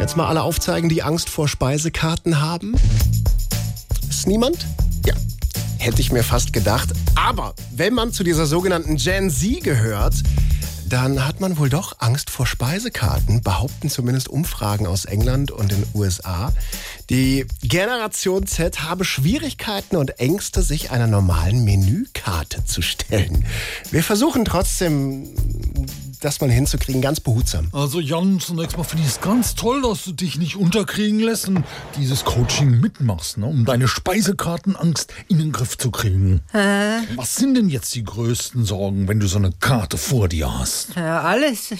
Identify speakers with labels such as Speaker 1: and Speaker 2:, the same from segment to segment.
Speaker 1: Jetzt mal alle aufzeigen, die Angst vor Speisekarten haben. Ist niemand? Ja, hätte ich mir fast gedacht. Aber wenn man zu dieser sogenannten Gen Z gehört, dann hat man wohl doch Angst vor Speisekarten, behaupten zumindest Umfragen aus England und den USA. Die Generation Z habe Schwierigkeiten und Ängste, sich einer normalen Menükarte zu stellen. Wir versuchen trotzdem, das mal hinzukriegen, ganz behutsam.
Speaker 2: Also Jan, zunächst mal finde ich es ganz toll, dass du dich nicht unterkriegen lässt und dieses Coaching mitmachst, ne, um deine Speisekartenangst in den Griff zu kriegen. Was sind denn jetzt die größten Sorgen, wenn du so eine Karte vor dir hast?
Speaker 3: Ja, alles.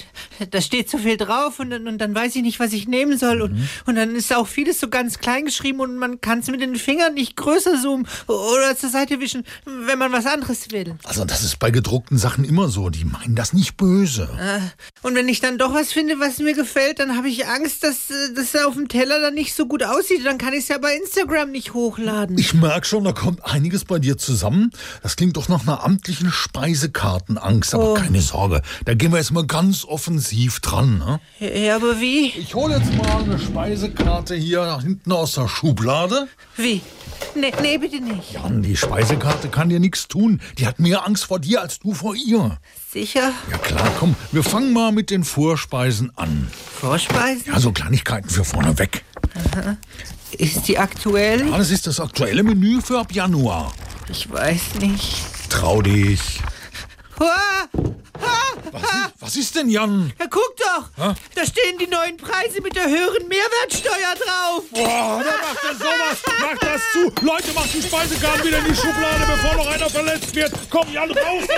Speaker 3: Da steht so viel drauf und, dann- und dann weiß ich nicht, was ich nehmen soll.
Speaker 2: Mhm.
Speaker 3: Und, und dann ist auch vieles so ganz klein geschrieben und man kann es mit den Fingern nicht größer zoomen oder zur Seite wischen, wenn man was anderes will.
Speaker 2: Also das ist bei gedruckten Sachen immer so, die meinen das nicht böse.
Speaker 3: Und wenn ich dann doch was finde, was mir gefällt, dann habe ich Angst, dass äh, das auf dem Teller dann nicht so gut aussieht. Dann kann ich es ja bei Instagram nicht hochladen.
Speaker 2: Ich merke schon, da kommt einiges bei dir zusammen. Das klingt doch nach einer amtlichen Speisekartenangst, aber keine Sorge. Da gehen wir jetzt mal ganz offensiv dran. Ne?
Speaker 3: Ja, aber wie?
Speaker 2: Ich hole jetzt mal eine Speisekarte hier nach hinten aus der Schublade.
Speaker 3: Wie? Nee, nee, bitte nicht.
Speaker 2: Jan, die Speisekarte kann dir nichts tun. Die hat mehr Angst vor dir als du vor ihr.
Speaker 3: Sicher?
Speaker 2: Ja klar, komm, wir fangen mal mit den Vorspeisen an.
Speaker 3: Vorspeisen?
Speaker 2: Ja, so Kleinigkeiten für vorneweg.
Speaker 3: Ist die aktuell?
Speaker 2: Ja, das ist das aktuelle Menü für ab Januar.
Speaker 3: Ich weiß nicht.
Speaker 2: Trau dich.
Speaker 3: Uah!
Speaker 2: Was ist, was ist denn, Jan?
Speaker 3: Ja, guck doch! Da stehen die neuen Preise mit der höheren Mehrwertsteuer drauf!
Speaker 2: Boah, Oh, wer macht denn sowas? Macht das zu! Leute, macht die Speisekarten wieder in die Schublade, bevor noch einer verletzt wird! Komm, Jan, raus!